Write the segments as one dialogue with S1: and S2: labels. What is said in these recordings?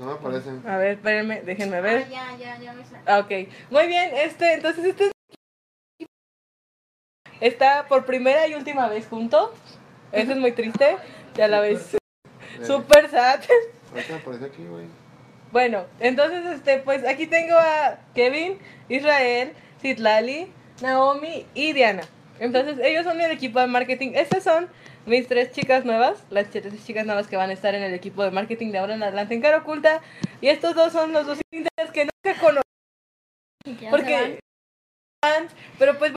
S1: aparecen.
S2: A ver, espérenme, déjenme ver.
S3: Ah, ya, ya, ya me salió.
S2: Ah, Ok, muy bien, este, entonces este es- está por primera y última vez junto. Eso es muy triste, ya la vez
S1: Eh,
S2: súper sad.
S1: Ahorita aparece aquí, güey.
S2: Bueno, entonces este, pues aquí tengo a Kevin, Israel, Citlali, Naomi y Diana. Entonces ellos son el equipo de marketing. Estas son mis tres chicas nuevas, las tres chicas nuevas que van a estar en el equipo de marketing de ahora en adelante en Cara Oculta. Y estos dos son los dos líderes que nunca conocí
S3: Ya se van.
S2: porque van, pero pues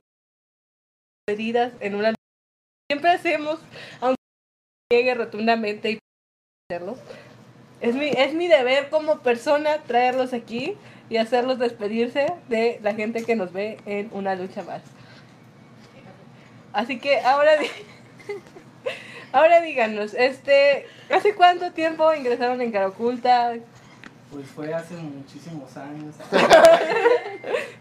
S2: heridas en una siempre hacemos aunque llegue rotundamente y hacerlos es mi es mi deber como persona traerlos aquí y hacerlos despedirse de la gente que nos ve en una lucha más así que ahora di- ahora díganos este hace cuánto tiempo ingresaron en cara oculta
S4: Pues fue hace muchísimos años.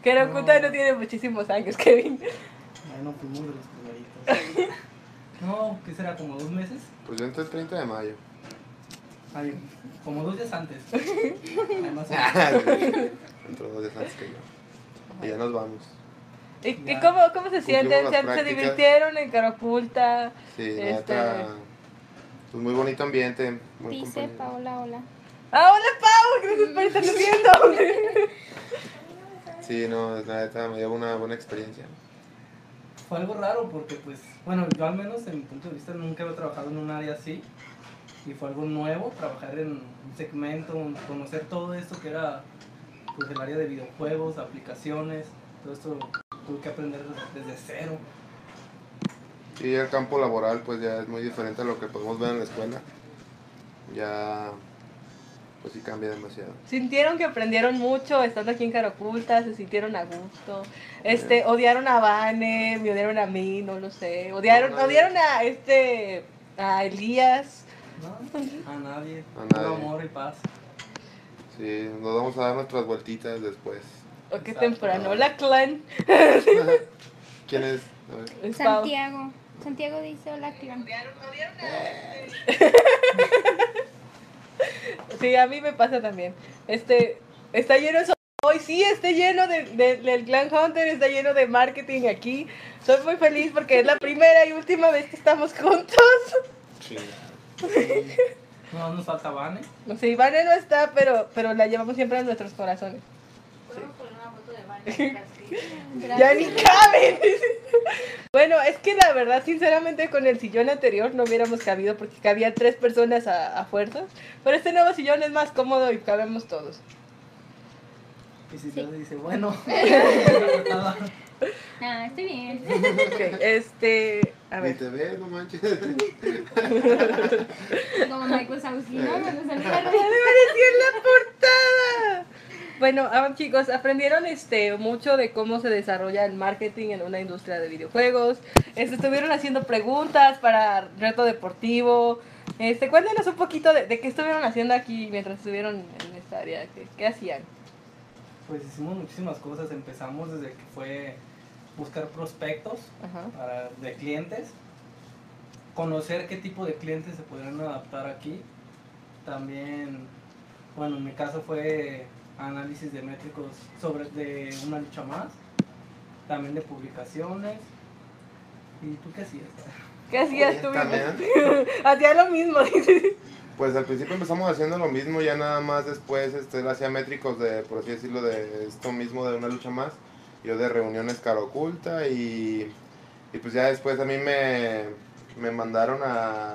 S2: cara oculta no.
S4: No.
S2: tiene muchísimos años Kevin
S4: Bueno, fuimos de los primeritos. No, ¿qué será? ¿Como dos meses?
S1: Pues yo entré el 30 de mayo.
S4: Ay, como dos días antes. Además,
S1: Entró dos días antes que yo. Y ya nos vamos.
S2: ¿Y, y
S4: Ya.
S2: cómo, cómo se sienten?
S1: las
S2: ¿Se, se
S1: prácticas.
S2: divirtieron en cara oculta?
S1: Sí,
S2: Este-
S1: neta. Pues muy bonito ambiente. Muy
S3: Dice
S1: compañero.
S3: Paola, hola.
S2: ¡Ah, hola Pau! Gracias por estar viendo.
S1: Sí, no, la neta me dio una buena experiencia.
S4: fue algo raro porque, pues, bueno, yo al menos en mi punto de vista nunca había trabajado en un área así. Y fue algo nuevo trabajar en un segmento, conocer todo esto que era pues, el área de videojuegos, aplicaciones. Todo esto tuve que aprender desde cero.
S1: Y el campo laboral pues ya es muy diferente a lo que podemos ver en la escuela. Ya pues sí cambia demasiado.
S2: Sintieron que aprendieron mucho estando aquí en cara oculta, se sintieron a gusto. Este, odiaron a Vane, me odiaron a mí, no lo sé. Odiaron,
S1: No, nadie.
S2: odiaron a este a Elías.
S4: No, a nadie.
S1: A
S4: Puro
S1: nadie.
S4: amor y paz.
S1: Sí, nos vamos a dar nuestras vueltitas después.
S2: ¿O qué
S4: Exacto.
S2: temprano? Hola clan.
S1: ¿Quién es? A ver.
S2: Es Pau.
S3: Santiago. Santiago dice hola, clan.
S2: Sí, a mí me pasa también. Este, está lleno eso- hoy, sí, está lleno de- de- del Clan Hunter, está lleno de marketing aquí. Soy muy feliz porque es la primera y última vez que estamos juntos.
S1: Sí.
S4: No, nos falta Vane.
S2: No sé, Ivana no está, pero, pero la llevamos siempre en nuestros corazones.
S5: Podemos poner una foto de Vane.
S2: ¡Ya ni caben! bueno, es que la verdad, sinceramente, con el sillón anterior no hubiéramos cabido porque cabía tres personas a, a fuerzas. Pero este nuevo sillón es más cómodo y cabemos todos.
S4: Y si Dios dice, bueno, nada.
S3: Ah, estoy bien.
S2: Ok, este. A
S1: Ni
S2: ver.
S1: te ves, no manches.
S3: Como Michael Sausino, cuando salió la
S2: ¡Ya le
S3: red.
S2: va a decir la portada! Bueno, ah, chicos, aprendieron este mucho de cómo se desarrolla el marketing en una industria de videojuegos. Este, estuvieron haciendo preguntas para reto deportivo. Este, cuéntenos un poquito de, de qué estuvieron haciendo aquí mientras estuvieron en esta área. ¿Qué, qué hacían?
S4: Pues hicimos muchísimas cosas. Empezamos desde que fue buscar prospectos
S2: Ajá.
S4: para, de clientes, conocer qué tipo de clientes se podrían adaptar aquí. También, bueno, en mi caso fue análisis de métricos sobre de una lucha más, también de publicaciones. ¿Y tú qué hacías?
S2: ¿Qué hacías tú?
S1: También.
S2: Hacía lo mismo, dices.
S1: Pues al principio empezamos haciendo lo mismo, ya nada más después este, él hacía métricos de, por así decirlo, de esto mismo, de una lucha más. Yo de reuniones cara oculta y, y pues ya después a mí me, me mandaron a,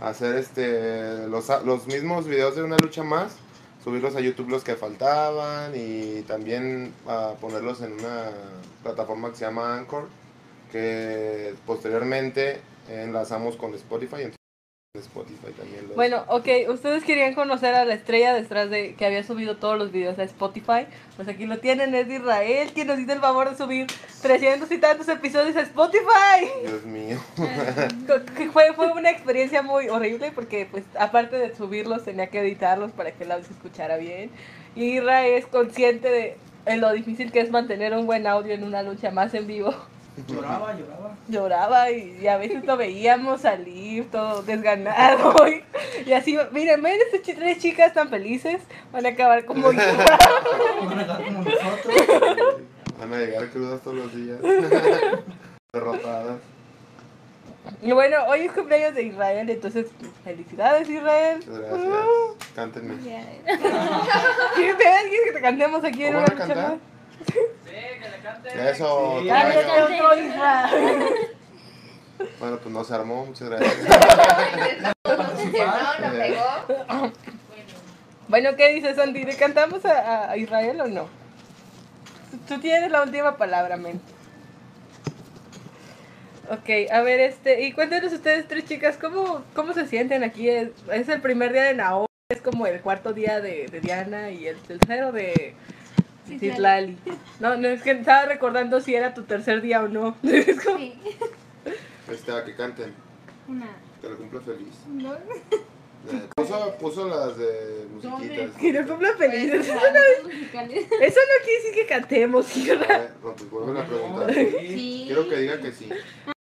S1: a hacer este los, a- los mismos videos de una lucha más, subirlos a YouTube los que faltaban y también a ponerlos en una plataforma que se llama Anchor, que posteriormente enlazamos con Spotify. entonces en Spotify también los-
S2: Bueno, ok, ustedes querían conocer a la estrella detrás de que había subido todos los videos a Spotify. Pues aquí lo tienen, es de Israel, quien nos hizo el favor de subir 300 y tantos episodios a Spotify.
S1: Dios mío.
S2: Co- que Fue, fue una experiencia muy horrible porque, pues, aparte de subirlos, tenía que editarlos para que la voz se escuchara bien. Y Israel es consciente de, de lo difícil que es mantener un buen audio en una lucha más en vivo.
S4: Lloraba, lloraba.
S2: Lloraba y, y a veces lo veíamos salir todo desganado. Y, y así, miren, ven estas chi- tres chicas tan felices, van a acabar como yo.
S4: Van a estar como nosotros.
S1: Van a llegar crudas todos los días. Derrotadas.
S2: Y bueno, hoy es cumpleaños de Israel, entonces felicidades Israel.
S1: Muchas gracias.
S2: Ah.
S1: Cántenme.
S2: ¿Quieres quieres que te cantemos aquí en
S1: ¿Cómo
S2: una
S1: van a
S2: lucha
S1: cantar?
S2: más?
S1: Eso, Tocayo.
S4: Sí.
S2: Cántale otro Israel.
S1: Bueno, pues no se armó, muchas gracias.
S5: No, no pegó. Bueno.
S2: Bueno, ¿qué dices, Sandy? ¿Le cantamos a, a Israel o no? Tú tienes la última palabra, men. Ok, a ver, este, y cuéntenos ustedes tres chicas, ¿cómo, cómo se sienten aquí? Es, es el primer día de Naomi, es como el cuarto día de, de Diana y el tercero de Citlali. No, no, es que estaba recordando si era tu tercer día o no. Es como-
S3: Sí.
S1: Este, que canten.
S3: Una,
S1: Que lo cumpla feliz.
S3: dos.
S1: Eh, Puso, puso las de musiquitas.
S2: Que no cumpla felices. Eso
S3: cuadros musicales.
S2: no quiere decir que cantemos,
S1: A
S2: hija.
S1: ver, no, pues vuelven a
S4: No,
S1: preguntar.
S4: sí.
S3: Sí.
S1: Quiero que diga que sí.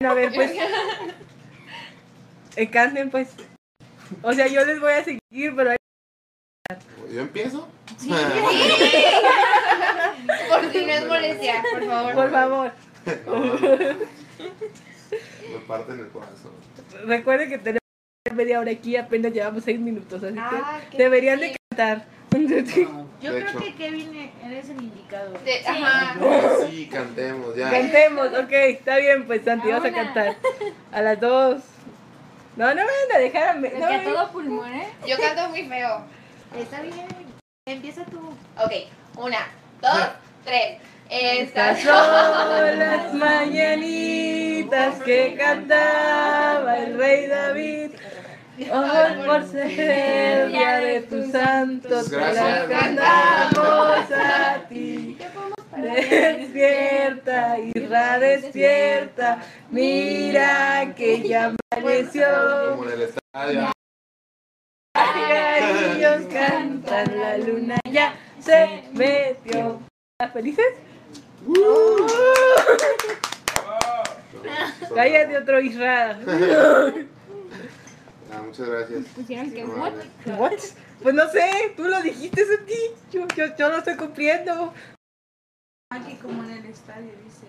S2: A ver, pues. eh, canten, pues. O sea, yo les voy a seguir, pero hay-
S1: ¿Yo empiezo? Ah,
S3: Sí.
S5: Por si no es molestia, por favor.
S2: por favor,
S1: No, no. Me parten el corazón.
S2: recuerden que tenemos media hora aquí, apenas llevamos seis minutos, así
S5: Ah,
S2: que
S5: qué
S2: deberían de
S5: bien.
S2: cantar.
S6: Yo
S1: De
S6: creo
S1: hecho.
S6: que Kevin eres el indicador.
S5: De- Ajá.
S1: Sí, cantemos, ya.
S2: Cantemos, ok, está bien, pues Santi, vas a
S3: Ahora.
S2: cantar. A las dos. No, no me van a dejar a me-
S3: Pero
S2: no
S3: que
S2: me-
S3: a todo pulmón, ¿eh?
S5: Yo canto muy feo.
S6: Está bien. Empieza tú.
S5: Ok, una, dos, tres. Estas
S2: Estas son las mañanitas que cantaba el rey David. Hoy por ser el día de tu santo te las
S1: Gracias.
S2: cantamos a ti. Despierta, Irra, despierta. Mira que ya amaneció.
S1: Como en el estadio.
S2: Gallos cantan, la luna ya se metió. ¿Estás felices? Cállate otro Isra.
S1: Ah, muchas gracias.
S3: Pusieron que
S1: Bueno,
S3: what?
S2: What? Pues no sé, tú lo dijiste, Santi. Yo, yo, yo lo estoy cumpliendo.
S6: Aquí como en el estadio dice.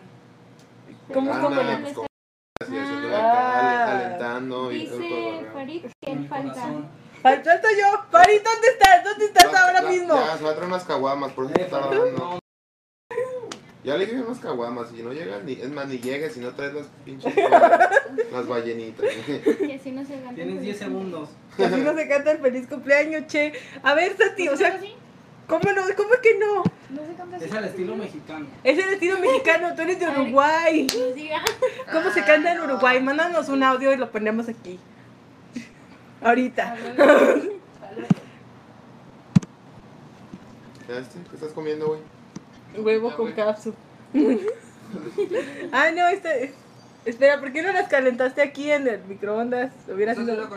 S2: ¿Cómo,
S1: Ana,
S2: cómo no?
S1: pues, con- así, haciendo la
S2: Ah.
S1: cara, alentando y todo el
S3: Dice
S1: cotorreo.
S3: Farid que
S4: Con
S3: él
S4: el
S3: falta.
S4: corazón.
S2: Falta estoy yo. Pari, ¿dónde estás? ¿Dónde estás
S1: Ya,
S2: ahora
S1: ya,
S2: mismo?
S1: Ya, se va a traer unas caguamas, por eso
S4: Eh,
S1: se está tardando. Ya le dije unas caguamas, si no llegas ni, es más, ni llegues si no traes las pinches las ballenitas.
S3: Que así no se gana.
S4: Tienes 10 segundos.
S2: Que Así no se canta el feliz cumpleaños, che. A ver, Santi, o sea, ¿cómo no? ¿Cómo que no?
S3: No se canta así.
S4: Es al estilo mexicano.
S2: Es el estilo mexicano, tú eres de Uruguay.
S3: Nos diga.
S2: ¿Cómo se canta en Uruguay? Mándanos un audio y lo ponemos aquí. Ahorita.
S1: ¿Ya viste? ¿Qué estás comiendo, güey?
S2: Huevo con capsu. ah, no, este. Espera, ¿por qué no las calentaste aquí en el microondas? Lo hubiera sido.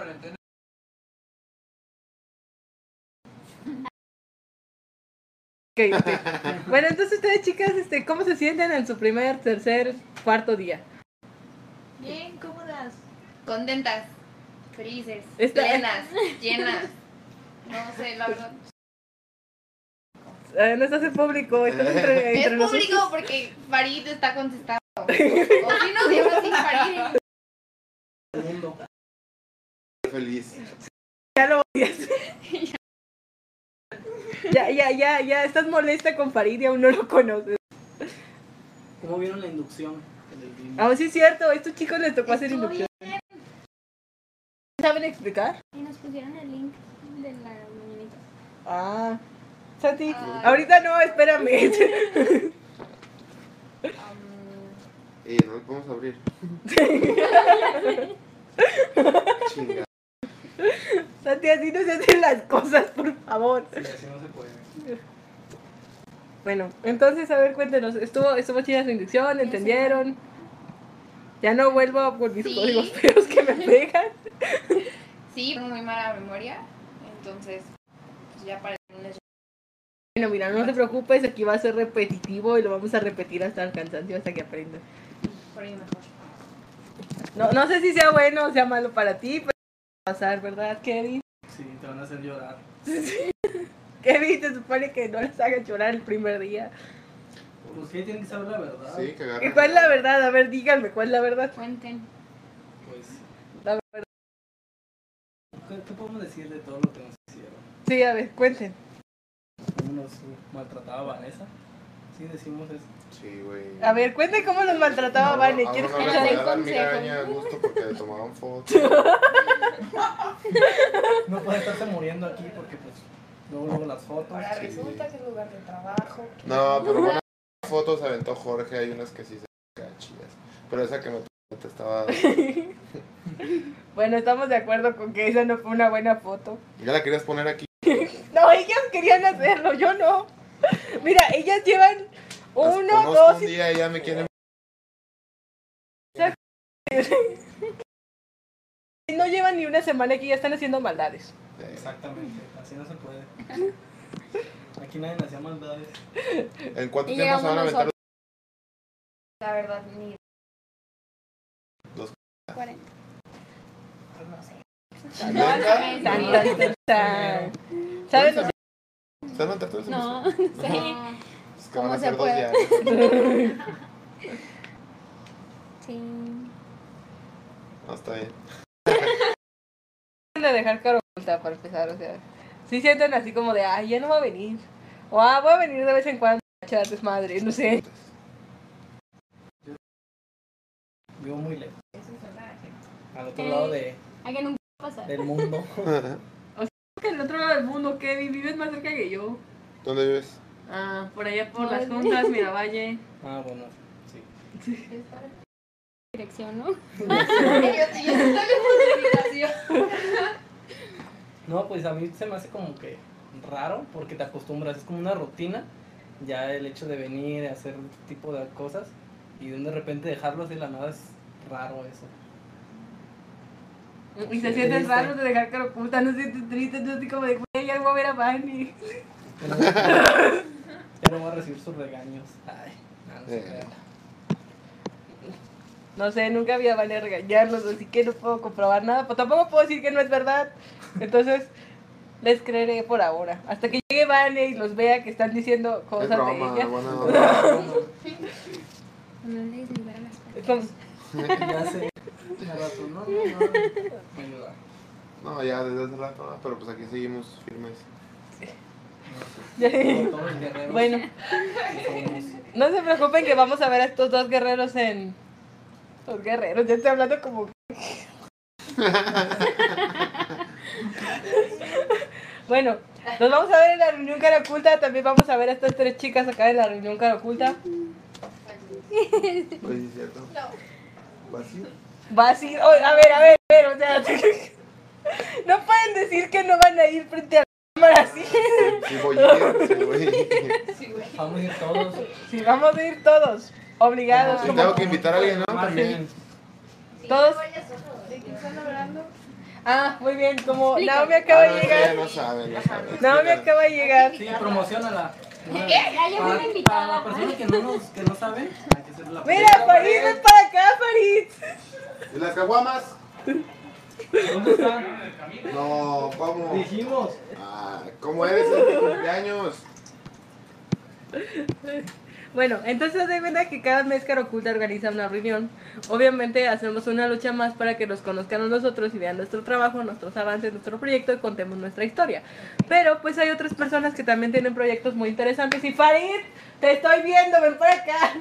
S2: Ok, ok. Bueno, entonces ustedes chicas, este, ¿cómo se sienten en su primer, tercer, cuarto día?
S6: Bien, cómodas.
S5: Contentas, felices,
S2: Esta-
S5: plenas, llenas. No sé, la verdad.
S2: Eh, no estás en público, estás entre,
S5: Es
S2: entre nosotros.
S5: público porque Farid está contestando. O si no, se llama así Farid.
S4: Segundo.
S1: Feliz.
S2: Ya lo odias. ya, ya, ya, ya, estás molesta con Farid y aún no lo conoces.
S4: ¿Cómo vieron la inducción? del vino?
S2: Aún Ah, sí es cierto, a estos chicos les tocó hacer inducción. ¿Saben explicar?
S3: Y nos pusieron el link de la mañanita.
S2: Ah.
S5: Ay.
S2: Santi, ahorita no, espérame.
S5: Um,
S1: Y no lo podemos abrir. Chinga.
S2: Santi, así no se hacen las cosas, por favor.
S4: Sí, así no se puede.
S2: Bueno, entonces, a ver, cuéntenos. ¿Estuvo, estuvo chida su inducción? ¿Entendieron? Ya no vuelvo por mis
S5: Sí.
S2: códigos feos que me pegan.
S5: Sí, tengo muy mala memoria. Entonces, pues ya para el lunes.
S2: Bueno, mira, no te preocupes, aquí va a ser repetitivo y lo vamos a repetir hasta el cansancio, hasta que aprendas.
S5: mejor y mejor.
S2: No, no sé si sea bueno o sea malo para ti, pero va a pasar, ¿verdad, Kevin?
S4: Sí, te van a hacer llorar.
S2: Kevin, se supone que no les haga llorar el primer día.
S4: Pues que tienen que saber la verdad.
S1: Sí, que
S5: Ah.
S2: ¿Y
S1: agarren.
S2: cuál es la verdad? A ver, díganme, ¿cuál es la verdad?
S3: Cuenten.
S4: Pues,
S2: La verdad.
S4: ¿qué, qué podemos decir de todo lo que nos hicieron?
S2: Sí, a ver, cuenten.
S4: Cómo nos maltrataba Vanessa. Sí, decimos eso.
S1: Sí, güey.
S2: A ver, cuenten cómo los maltrataba Vane.
S1: A uno
S2: Quiero
S1: no
S2: escuchar.
S1: le podía dar
S3: Consejo.
S1: migraña a gusto porque le tomaban fotos.
S4: No puede estarse muriendo aquí porque, pues, luego, luego las fotos.
S5: Ahora
S1: Sí.
S5: resulta que es lugar de trabajo. que-
S1: No, pero buenas fotos aventó Jorge. Hay unas que sí se quedan chidas. Pero esa que me tomó estaba.
S2: Bueno, estamos de acuerdo con que esa no fue una buena foto.
S1: Ya la querías poner aquí.
S2: No, ellas querían hacerlo, yo no. Mira, ellas llevan
S1: Las
S2: uno,
S1: Pues, conozco
S2: dos
S1: Un
S2: y...
S1: día y ya me quieren.
S2: No llevan ni una semana que ya están haciendo maldades.
S4: Exactamente, así no se puede. Aquí nadie hacía maldades.
S1: ¿En cuánto
S3: Y
S1: tiempo se van a
S3: llegamos
S1: aventar?
S3: nosotros.
S5: La verdad, ni.
S1: Dos.
S5: 40. Pues no sé.
S1: ¿Neta?
S2: Tan,
S1: ¿No?
S2: tan, tan, tan. ¿Saben?
S1: ¿Se van a aventar todo eso?
S3: No, no sé.
S5: No,
S1: Es que van a
S3: ¿Cómo se
S1: ser dos
S3: puede?
S1: ya.
S3: Sí.
S1: No, Ah, está bien.
S2: de dejar cara oculta para empezar, o sea, si sienten así como de, ay, ya no va a venir, o ah, voy a venir de vez en cuando a echar desmadre, no sé.
S4: Vivo muy lejos.
S5: eso es verdad. gente.
S4: Al otro lado de,
S3: A que nunca va a pasar.
S4: del mundo.
S2: que el otro lado del mundo, Kevin, vives más cerca que yo.
S1: ¿Dónde vives?
S2: Ah, por allá por
S3: las
S2: juntas, Miravalle.
S4: Ah, bueno, sí.
S3: Dirección, ¿no?
S5: Yo- yo sí también justificación.
S4: No, pues a mí se me hace como que raro porque te acostumbras, es como una rutina. Ya el hecho de venir, hacer este tipo de cosas y de repente dejarlo así de la nada es raro eso.
S2: Y se
S4: Sí,
S2: sienten
S4: sí.
S2: raros de dejar cara oculta, no se sienten tristes, no así como de, güey, ya no voy a ver a Vani.
S4: Ya no- Ya no voy a recibir sus regaños. Ay, no, no se
S1: Eh.
S4: crea.
S2: No sé, nunca había Vani a regañarlos, así que no puedo comprobar nada, pero tampoco puedo decir que no es verdad. Entonces, les creeré por ahora. Hasta que llegue Vane y los vea que están diciendo
S1: Es
S3: Pues,
S2: cosas
S1: broma,
S2: de ella.
S1: buena onda.
S3: No les libera las patas.
S2: Como-
S4: Ya sé. Al rato, no, no, no. Me ayuda.
S1: No, ya desde hace rato, ¿no? pero pues aquí seguimos firmes.
S4: Como todos los guerreros
S2: bueno,
S4: que somos.
S2: no se preocupen que vamos a ver a estos dos guerreros en... Los guerreros, ya estoy hablando como... bueno, nos vamos a ver en la reunión cara oculta, también vamos a ver a estas tres chicas acá en la reunión cara oculta.
S1: Oye, Pues, ¿sí es cierto? ¿Vacío?
S2: Va a decir, "Oh, a ver, a ver, a ver, o sea, no pueden decir que no van a ir frente a la cámara así.
S1: Sí, voy a ir, sí, voy a ir.
S4: Vamos a ir todos.
S2: Sí, vamos a ir todos, obligados,
S4: Ah,
S1: Y
S2: como-
S1: tengo que invitar a alguien, ¿no? También.
S4: Margen.
S2: todos.
S5: ¿De qué están hablando?
S2: Ah, muy bien, como
S3: Explica.
S2: Naomi acaba
S1: Ah,
S2: de
S1: no,
S2: llegar,
S1: No saben, no saben.
S2: Naomi acaba de llegar.
S4: Sí, promocionala.
S3: Ya llegó una
S4: Para las
S3: invitada.
S4: personas que no, nos, que no saben, hay que hacer la
S2: Mira, Farid, ven para acá, Farid.
S1: ¿Y las caguamas? pues.
S4: ¿Dónde están?
S1: No, ¿cómo?
S4: Dijimos.
S1: Ah, ¿cómo eres? Es mi cumpleaños.
S2: Bueno, entonces de cuenta que cada mes Cara Oculta organiza una reunión. Obviamente hacemos una lucha más para que nos conozcan a nosotros y vean nuestro trabajo, nuestros avances, nuestro proyecto y contemos nuestra historia. Pero pues hay otras personas que también tienen proyectos muy interesantes. Y Farid, te estoy viendo, ven para acá.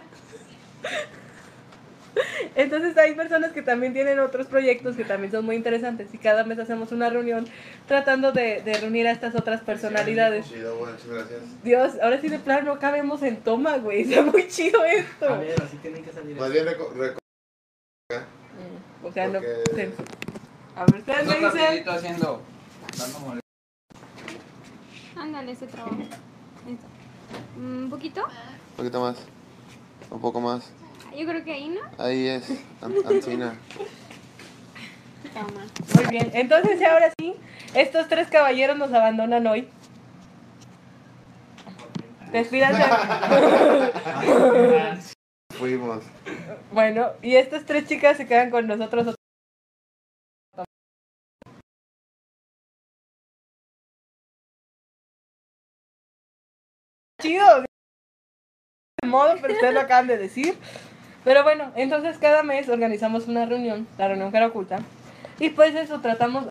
S2: Entonces hay personas que también tienen otros proyectos que también son muy interesantes y cada mes hacemos una reunión tratando de, de reunir a estas otras personalidades.
S1: Chido, güey, muchas gracias.
S2: Dios, ahora sí de plano no cabemos en toma, güey. Está muy chido esto.
S4: A ver, así tienen que salir.
S1: Más bien reco- reco-
S2: Mm, O sea, no.
S1: porque-
S2: se- A ver, ustedes me
S7: Nosotros
S2: dicen.
S7: rapidito haciendo. dando mole-
S3: Ándale, ese trabajo. Ahí está. Un poquito.
S1: Un poquito más. Un poco más.
S3: Yo creo que ahí, ¿no?
S1: Ahí es. An- Ancina.
S3: Toma.
S2: Muy bien. Entonces, ya ahora sí, estos tres caballeros nos abandonan hoy. Despídanse.
S1: fuimos.
S2: Bueno, y estas tres chicas se quedan con nosotros. Chido. De modo, pero ustedes lo acaban de decir. Pero bueno, entonces cada mes organizamos una reunión, la reunión que era oculta. Y pues eso, tratamos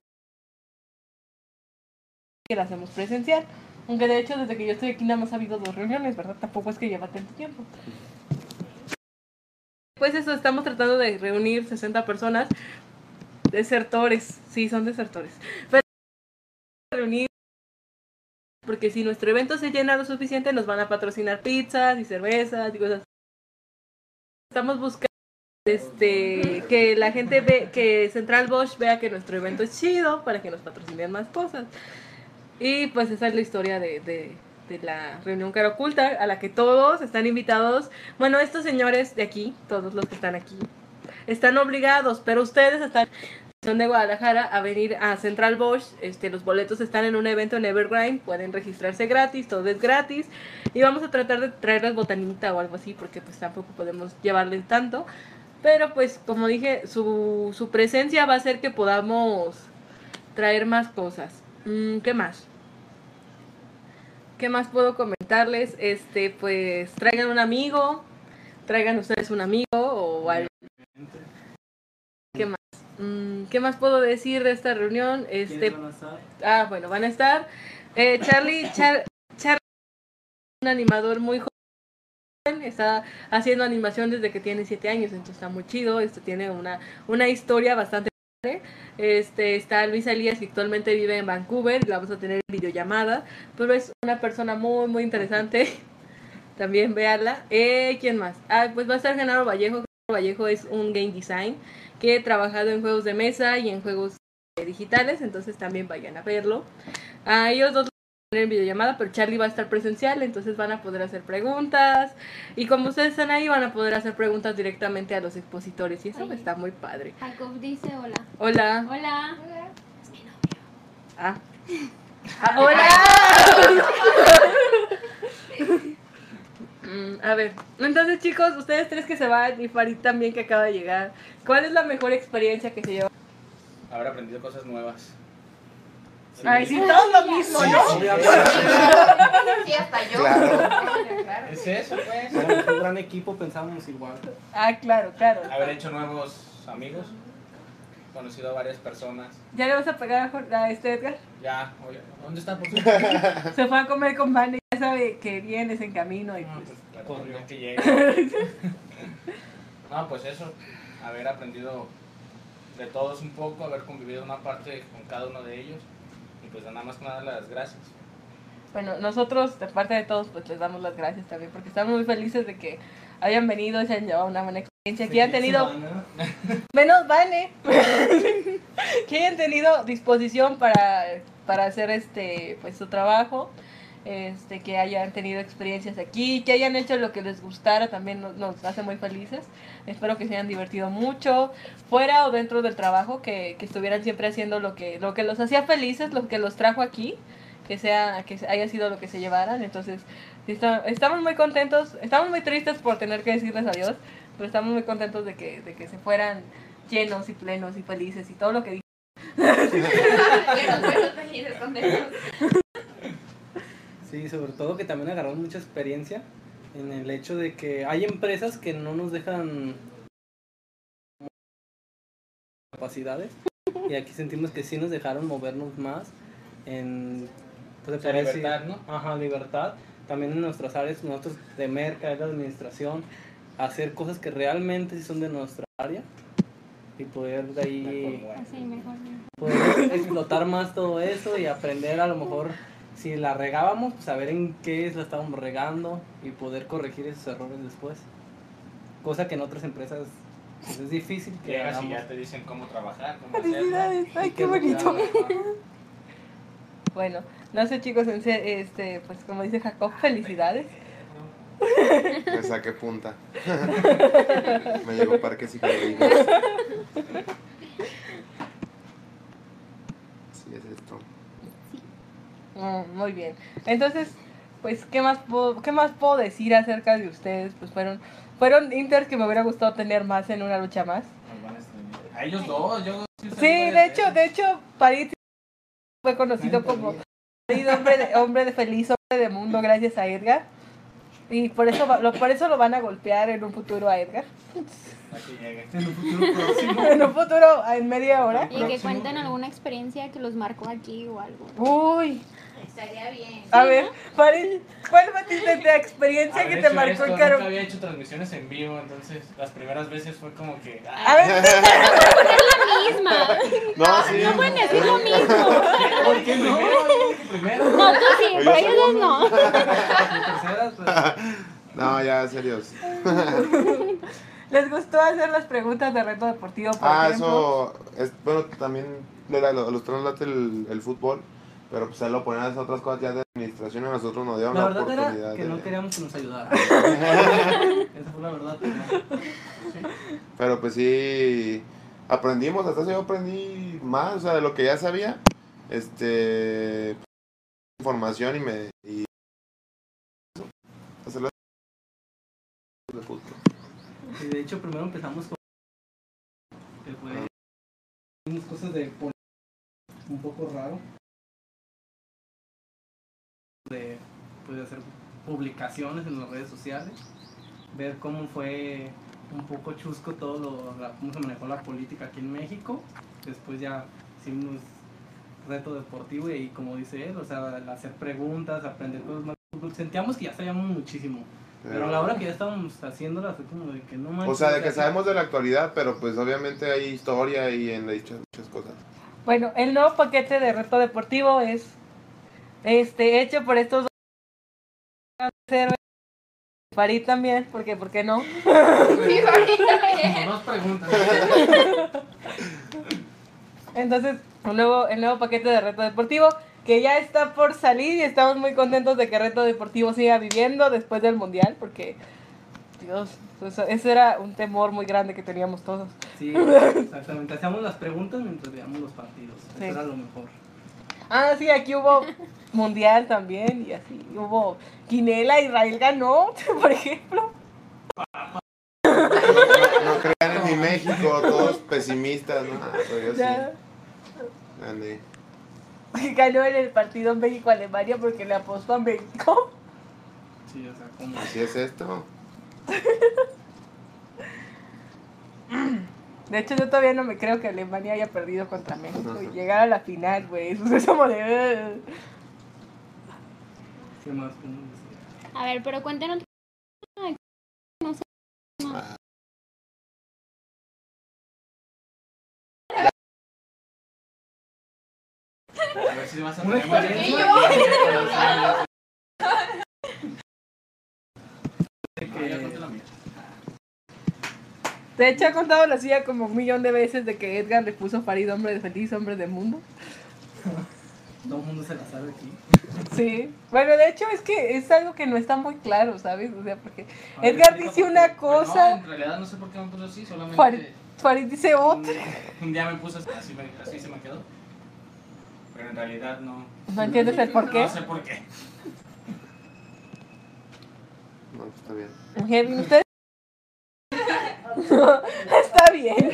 S2: que la hacemos presencial. Aunque de hecho, desde que yo estoy aquí nada más ha habido dos reuniones, ¿verdad? Tampoco es que lleva tanto tiempo. Pues eso, estamos tratando de reunir 60 personas. Desertores, sí, son desertores. Pero reunir. Porque si nuestro evento se llena lo suficiente, nos van a patrocinar pizzas y cervezas y cosas. Estamos buscando este que la gente ve, que Central Bosch vea que nuestro evento es chido para que nos patrocinen más cosas. Y pues esa es la historia de, de- de la reunión cara oculta, a la que todos están invitados. Bueno, estos señores de aquí, todos los que están aquí, están obligados, pero ustedes están son de Guadalajara a venir a Central Bosch, este, los boletos están en un evento en Evergreen, pueden registrarse gratis, todo es gratis y vamos a tratar de traerles botanita o algo así porque pues tampoco podemos llevarles tanto, pero pues como dije, su, su presencia va a hacer que podamos traer más cosas. Mm, ¿Qué más? ¿Qué más puedo comentarles? Este, pues traigan un amigo, traigan ustedes un amigo o algo. ¿Qué más? Mm, ¿Qué más puedo decir de esta reunión? Este,
S4: ¿Quiénes van a estar?
S2: Ah, bueno, van a estar eh, Charlie, Char- Charlie, un animador muy joven, está haciendo animación desde que tiene siete años, entonces está muy chido, esto tiene una, una historia bastante padre. Este, está Luis Elías, que actualmente vive en Vancouver, y la vamos a tener en videollamada, pero es una persona muy, muy interesante, también véanla. Eh, ¿Quién más? Ah, pues va a estar Genaro Vallejo, Genaro Vallejo es un game design que ha trabajado en juegos de mesa y en juegos eh, digitales, entonces también vayan a verlo. A ellos dos los van a tener en videollamada, pero Charlie va a estar presencial, entonces van a poder hacer preguntas. Y como ustedes están ahí, van a poder hacer preguntas directamente a los expositores. Y eso
S3: Ay.
S2: está muy padre.
S3: Jacob dice
S2: Hola.
S3: hola. Hola.
S2: Ah. Ah, ¡Hola! Mm, a ver, entonces chicos, ustedes tres que se van y Farid también que acaba de llegar, ¿cuál es la mejor experiencia que se lleva?
S8: Haber aprendido cosas nuevas.
S2: Ay, sí, todo lo mismo, ¿no?
S5: Sí, hasta yo.
S1: Claro.
S5: Claro.
S8: Es eso, pues.
S4: Somos un gran equipo, pensábamos igual.
S2: Ah, claro, claro.
S8: Haber hecho nuevos amigos. Conocido a varias personas.
S2: ¿Ya le vas a pegar a, Jor- a este Edgar?
S8: Ya, oye, ¿dónde está por
S2: Se fue a comer con Van y ya sabe que vienes en camino y pues...
S8: Corrió que llegue. No, pues eso. Haber aprendido de todos un poco, haber convivido una parte con cada uno de ellos. Y pues nada más que nada las gracias.
S2: Bueno, nosotros, de parte de todos, pues les damos las gracias también, porque estamos muy felices de que hayan venido y se han llevado una buena experiencia, que han tenido,
S4: Semana.
S2: menos vale, que hayan tenido disposición para, para hacer este, pues su trabajo, este, que hayan tenido experiencias aquí, que hayan hecho lo que les gustara, también nos, nos hace muy felices. Espero que se hayan divertido mucho, fuera o dentro del trabajo, que, que estuvieran siempre haciendo lo que, lo que los hacía felices, lo que los trajo aquí, que sea, que haya sido lo que se llevaran. Entonces, sí está- estamos muy contentos, estamos muy tristes por tener que decirles adiós, pero estamos muy contentos de que, de que se fueran llenos y plenos y felices y todo lo que dije.
S5: Buenos, buenos, felices, contentos.
S4: Sí, sobre todo que también agarramos mucha experiencia en el hecho de que hay empresas que no nos dejan capacidades y aquí sentimos que sí nos dejaron movernos más en pues, se
S8: La
S4: podría decir-
S8: libertad, ¿no?
S4: Ajá, libertad. También en nuestras áreas, nosotros de merca, de administración, hacer cosas que realmente sí son de nuestra área y poder de ahí
S3: Así mejor.
S4: poder explotar más todo eso y aprender a lo mejor si la regábamos, pues, saber en qué es la estábamos regando y poder corregir esos errores después. Cosa que en otras empresas pues, es difícil que
S8: Llegas y
S4: hagamos.
S8: ya te dicen cómo trabajar, cómo hacerlo.
S2: ¡Ay,
S4: Y que es lo que hago, ajá.
S2: Bueno, no sé chicos, en se- este, pues como dice Jacob, felicidades.
S1: Me saqué punta. Me llegó parques y jardines. Sí, es esto.
S2: Mm, muy bien. Entonces, pues, ¿qué más, puedo, ¿qué más puedo decir acerca de ustedes? Pues fueron, fueron inters que me hubiera gustado tener más en una lucha más.
S8: Nos van a extrañar. A ellos dos, yo.
S2: Sí, de hecho, de hecho, París fue conocido como querido hombre de, hombre de feliz, hombre de mundo, gracias a Edgar. Y por eso, va- lo, por eso lo van a golpear en un futuro a Edgar.
S8: Aquí llegue.
S4: En un futuro próximo.
S2: En un futuro, en media hora.
S3: Y que
S4: Próximo.
S3: cuenten alguna experiencia que los marcó aquí o algo.
S2: Uy,
S5: Estaría bien.
S2: a ver, París, ¿cuál fue tu la experiencia
S8: Haber
S2: que te
S8: hecho
S2: marcó
S8: esto,
S2: el
S8: Nunca
S2: caro?
S8: había hecho transmisiones en vivo, entonces las primeras veces fue como que. ah,
S2: A ver,
S3: Pues Misma.
S1: No, sí.
S2: Ah,
S3: No pueden decir lo mismo.
S4: ¿Por qué no?
S8: Primero.
S3: No, tú sí,
S1: Oye,
S3: pero ellos dos no.
S4: Las terceras, pues,
S1: No, ya, serios.
S2: ¿les gustó hacer las preguntas de reto deportivo, por
S1: Ah,
S2: ejemplo?
S1: eso. Es, bueno, también era lo- a los tres late el, el fútbol, pero pues él lo ponía en esas otras cosas ya de administración y a nosotros nos dieron
S4: la
S1: la,
S4: verdad
S1: oportunidad.
S4: era que
S1: de-
S4: no queríamos que nos ayudara. Esa fue la verdad. pues, pero-
S1: Pero pues sí, aprendimos, hasta eso yo aprendí más, o sea, de lo que ya sabía, este, información y me... Y, hacer las- de fútbol.
S4: Y de hecho, primero empezamos con. Que fue. Unas cosas de. pol- Un poco raro. De. Pues de hacer publicaciones en las redes sociales. Ver cómo fue un poco chusco todo lo. la- cómo se manejó la política aquí en México. Después ya hicimos reto deportivo y como dice él, o sea, el hacer preguntas, aprender cosas más. Sentíamos que ya sabíamos muchísimo. Pero a la hora que ya estábamos haciéndola fue como de que no manches.
S1: o sea, de que
S4: ya-
S1: sabemos de la actualidad, pero pues obviamente hay historia y en dichas muchas cosas.
S2: Bueno, el nuevo paquete de reto deportivo es este hecho por estos dos héroes. Farid también, porque ¿por qué no?
S5: Sí, ahorita.
S4: Como dos preguntas.
S2: Entonces, un nuevo, el nuevo paquete de Reto Deportivo que ya está por salir y estamos muy contentos de que Reto Deportivo siga viviendo después del Mundial porque, Dios, pues, eso- ese era un temor muy grande que teníamos todos.
S4: Sí, exactamente. Hacíamos las preguntas mientras veíamos los partidos.
S2: Sí.
S4: Eso era lo mejor.
S2: Ah, sí, aquí hubo Mundial también y así. Hubo Quinela, Israel ganó, por ejemplo.
S1: No crean en mi México, todos pesimistas, ¿no? Pero yo sí,
S2: Ya.
S1: gané.
S2: Ganó en el partido México-Alemania porque le apostó a México.
S4: Sí, o sea, como.
S1: Así es esto.
S2: De hecho, yo todavía no me creo que Alemania haya perdido contra México y llegar a la final, güey. Eso es como de... "Ugh".
S4: ¿Qué más? ¿Cómo decir?
S3: A ver, pero cuéntenos. Ay, No sé. no.
S2: Ah.
S8: A ver si vas a
S4: Una
S8: tener más
S4: experiencia.
S8: experiencia.
S4: Que-
S8: Que Ah, ya conté la mía.
S2: De hecho, ha contado la silla como un millón de veces de que Edgar le puso Farid hombre de feliz, hombre de mundo.
S4: Todo el mundo se la sabe aquí.
S2: Sí. Bueno, de hecho, es que es algo que no está muy claro, ¿sabes? O sea, porque
S4: A ver,
S8: Ah,
S2: Edgar
S4: explica
S2: dice
S4: por
S2: una
S8: Pues No,
S2: cosa,
S8: en realidad no sé por qué me puso así, solamente.
S2: Farid, Farid dice
S8: un-
S2: otra.
S8: Un día me puso así, así, me- así se me quedó. Pero en realidad no.
S2: ¿No entiendes el por qué?
S8: No sé por qué.
S1: No, pues, está bien.
S2: Kevin, ¿usted? está bien.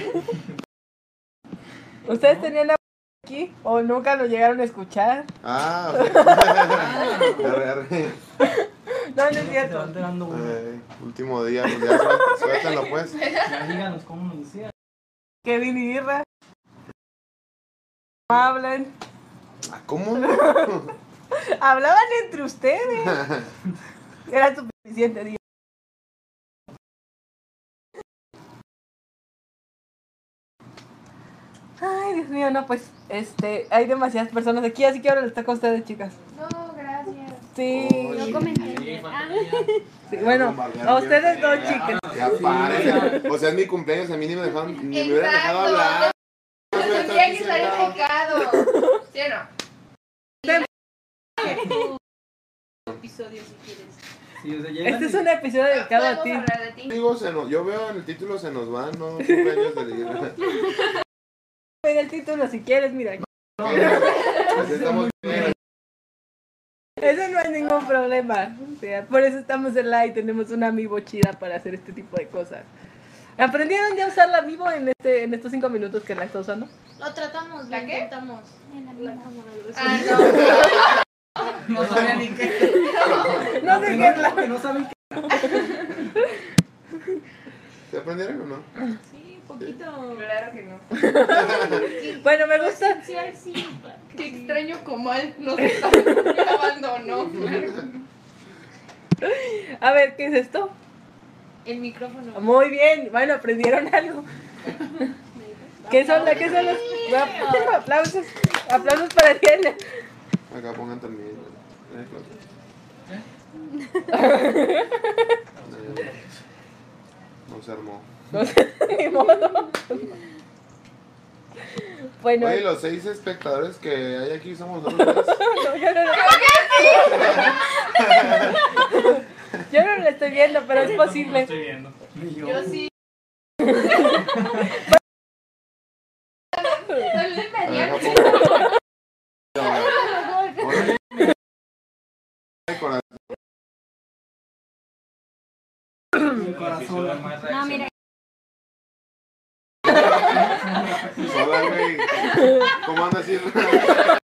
S2: ¿Ustedes tenían a aquí o nunca lo llegaron a escuchar?
S1: Ah, ok. Arre, arre.
S2: No, no es
S4: qué se va
S2: cierto.
S4: enterando uno.
S8: Eh.
S1: Ay, Eh, último día, pues ya suel- suéltalo pues.
S4: Ya díganos cómo nos decía.
S2: Kevin y Irra. Hablan.
S1: Ah, ¿Cómo? no?
S2: Hablaban entre ustedes. Era suficiente, digo. Ay, Dios mío, no, pues, este, hay demasiadas personas aquí, así que ahora les toca a ustedes, chicas.
S5: No, gracias.
S2: Sí.
S1: Oye.
S3: No comenté. Ah,
S2: sí, bueno, a ustedes dos, chicas.
S1: Ya paren. O sea, es mi cumpleaños, a mí ni me dejaron, ni me hubieran dejado
S5: Exacto.
S1: hablar.
S5: Tendría que estar enfocado. ¿Sí o no?
S6: Episodio si quieres.
S4: Sí, o sea, llegan
S2: Este es
S4: y-
S2: un episodio dedicado a
S5: Podemos
S2: ti.
S5: hablar de ti.
S1: Digo, se nos- yo veo en el título se nos van, ¿no? Cumpleaños de
S2: Mira el
S1: Pues
S2: título si quieres, mira.
S1: Así estamos bien.
S2: Ese no es ningún problema. O sea, por eso estamos en la y tenemos una amigo chida para hacer este tipo de cosas. ¿Aprendieron ya a usar la vivo en, este, en estos cinco minutos que la está usando?
S6: Lo tratamos,
S5: ¿La
S6: lo
S5: qué?
S6: intentamos.
S3: En la
S6: La
S3: vida.
S6: cámara, lo
S5: Ah,
S6: sé.
S5: no.
S4: No sabía ni qué.
S2: No sé
S4: Porque
S2: qué es la...
S4: porque no saben qué.
S1: ¿Se aprendieron o no?
S6: Sí, poquito.
S5: Claro que no.
S2: Bueno, me gusta.
S6: Sí, ay, sí, claro que
S5: Qué
S6: sí.
S5: extraño comal nos está abandonó.
S2: A ver, ¿qué es esto?
S6: El micrófono.
S2: Muy bien, bueno, aprendieron algo. ¿Qué son, la- qué son los aplausos? Aplausos para Diana.
S1: Acá pongan también. eh, claro. Eh, No se armó.
S2: No sé, ni modo. Bueno,
S1: Oye, los seis espectadores que hay aquí somos nosotros.
S2: no, yo no, lo- yo no lo estoy viendo, pero es
S4: No
S2: posible.
S4: estoy viendo. Ni yo.
S5: Yo sí. Soy de
S1: A ver,
S5: Mariana.
S1: acá pongan. Oye, ay, corazón.
S4: Mi corazón.
S3: No, mira,
S1: Hola, güey. ¿Cómo andas, Isra?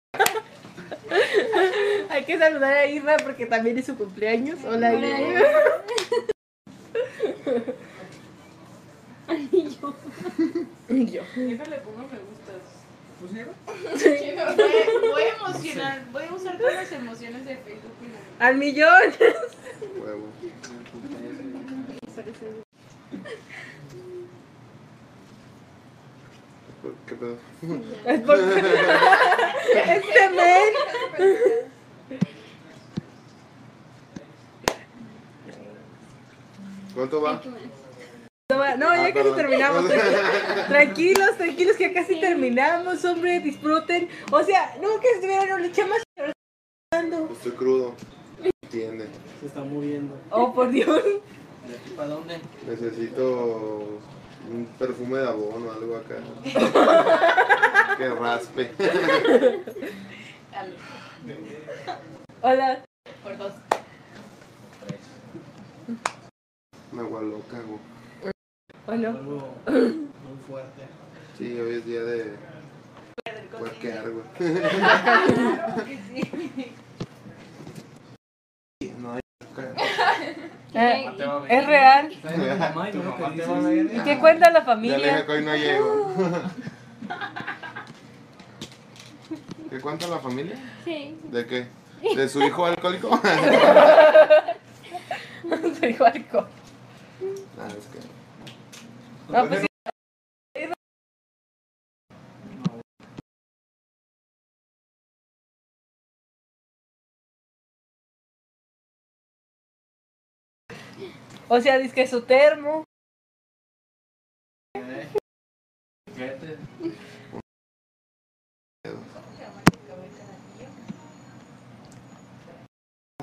S2: Hay que saludar a Irma porque también es su cumpleaños. Hola, Irma. Y yo.
S6: Siempre le pongo me gustas.
S4: ¿Tú sí, Eva?
S6: Voy, voy a emocionar, voy a usar todas las emociones de Facebook. y
S2: Al millón.
S1: Huevo. ¿Qué pedo?
S2: Es por- este men.
S1: ¿Cuánto va?
S2: No, va- no,
S1: Ah,
S2: ya casi
S1: perdón.
S2: terminamos. tranqui- Tranquilos, tranquilos, que ya casi terminamos, hombre, disfruten. O sea, no que estuvieran una lucha más. pero estando.
S1: Estoy crudo. Entiende.
S4: Se está muriendo.
S2: Oh, por Dios.
S4: ¿Para dónde?
S1: Necesito un perfume de abono, algo acá. que raspe.
S5: Dale,
S2: Hola.
S5: Por dos.
S1: Me gualoca, güey.
S2: Hola.
S4: Algo muy fuerte.
S1: Sí, hoy es día de puerquear, güey. No hay
S2: Eh,
S8: Te va a ver.
S2: es real.
S4: Está viendo mi mamá y
S8: Tu
S4: no
S8: mamá
S4: me
S8: te va a ver.
S2: ¿Y qué cuenta la
S1: Ah. Ya le dije
S2: familia?
S1: que hoy no llego. ¿Qué cuenta la familia?
S3: sí.
S1: ¿De qué? ¿De su hijo alcohólico?
S2: Soy Juarco.
S1: Ah, es que...
S2: No, pues sí. O sea, dice que su termo.
S8: Vete.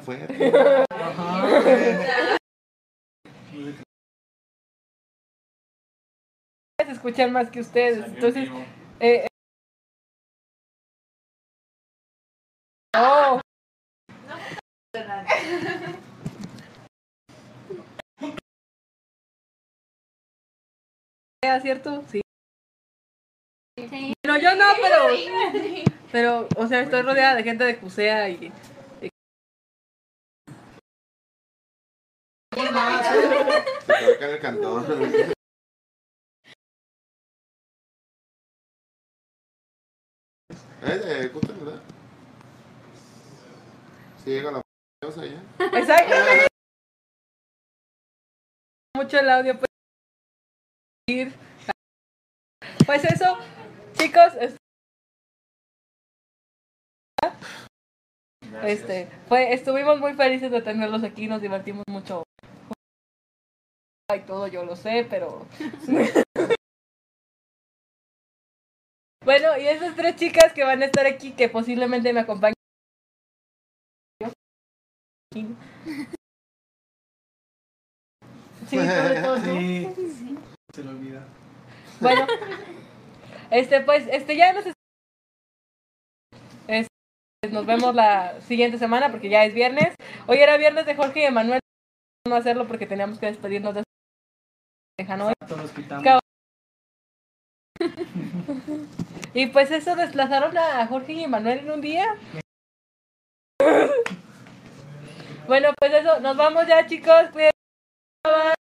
S1: Fue.
S2: Se escuchan más que ustedes. Entonces,
S8: Vivo.
S2: eh, eh. Oh, ¿era ¿cierto? Sí.
S3: Sí.
S2: No, yo no, pero. Pero, o sea, estoy rodeada de gente de Cusea y.
S1: Se te va a caer el cantón. ¿Es de Cusco, Eh, verdad? Sí, llega la cosa allá.
S2: Exactamente. Mucho el audio pues. ir. Pues eso, chicos, es-
S8: Gracias.
S2: este, fue, estuvimos muy felices de tenerlos aquí, nos divertimos mucho. Y todo yo lo sé, pero. bueno, y esas tres chicas que van a estar aquí, que posiblemente me acompañen. Sí, sobre todo tú.
S4: Sí. Se le olvida.
S2: Bueno, este, pues, este, ya nos es- Nos vemos la siguiente semana porque ya es viernes. Hoy era viernes de Jorge y de Manuel. No hacerlo porque teníamos que despedirnos de de Hanoi.
S4: Todos los quitamos.
S2: Cab- Y pues eso desplazaron a Jorge y Manuel en un día. bueno, pues eso, nos vamos ya chicos. Cuídense.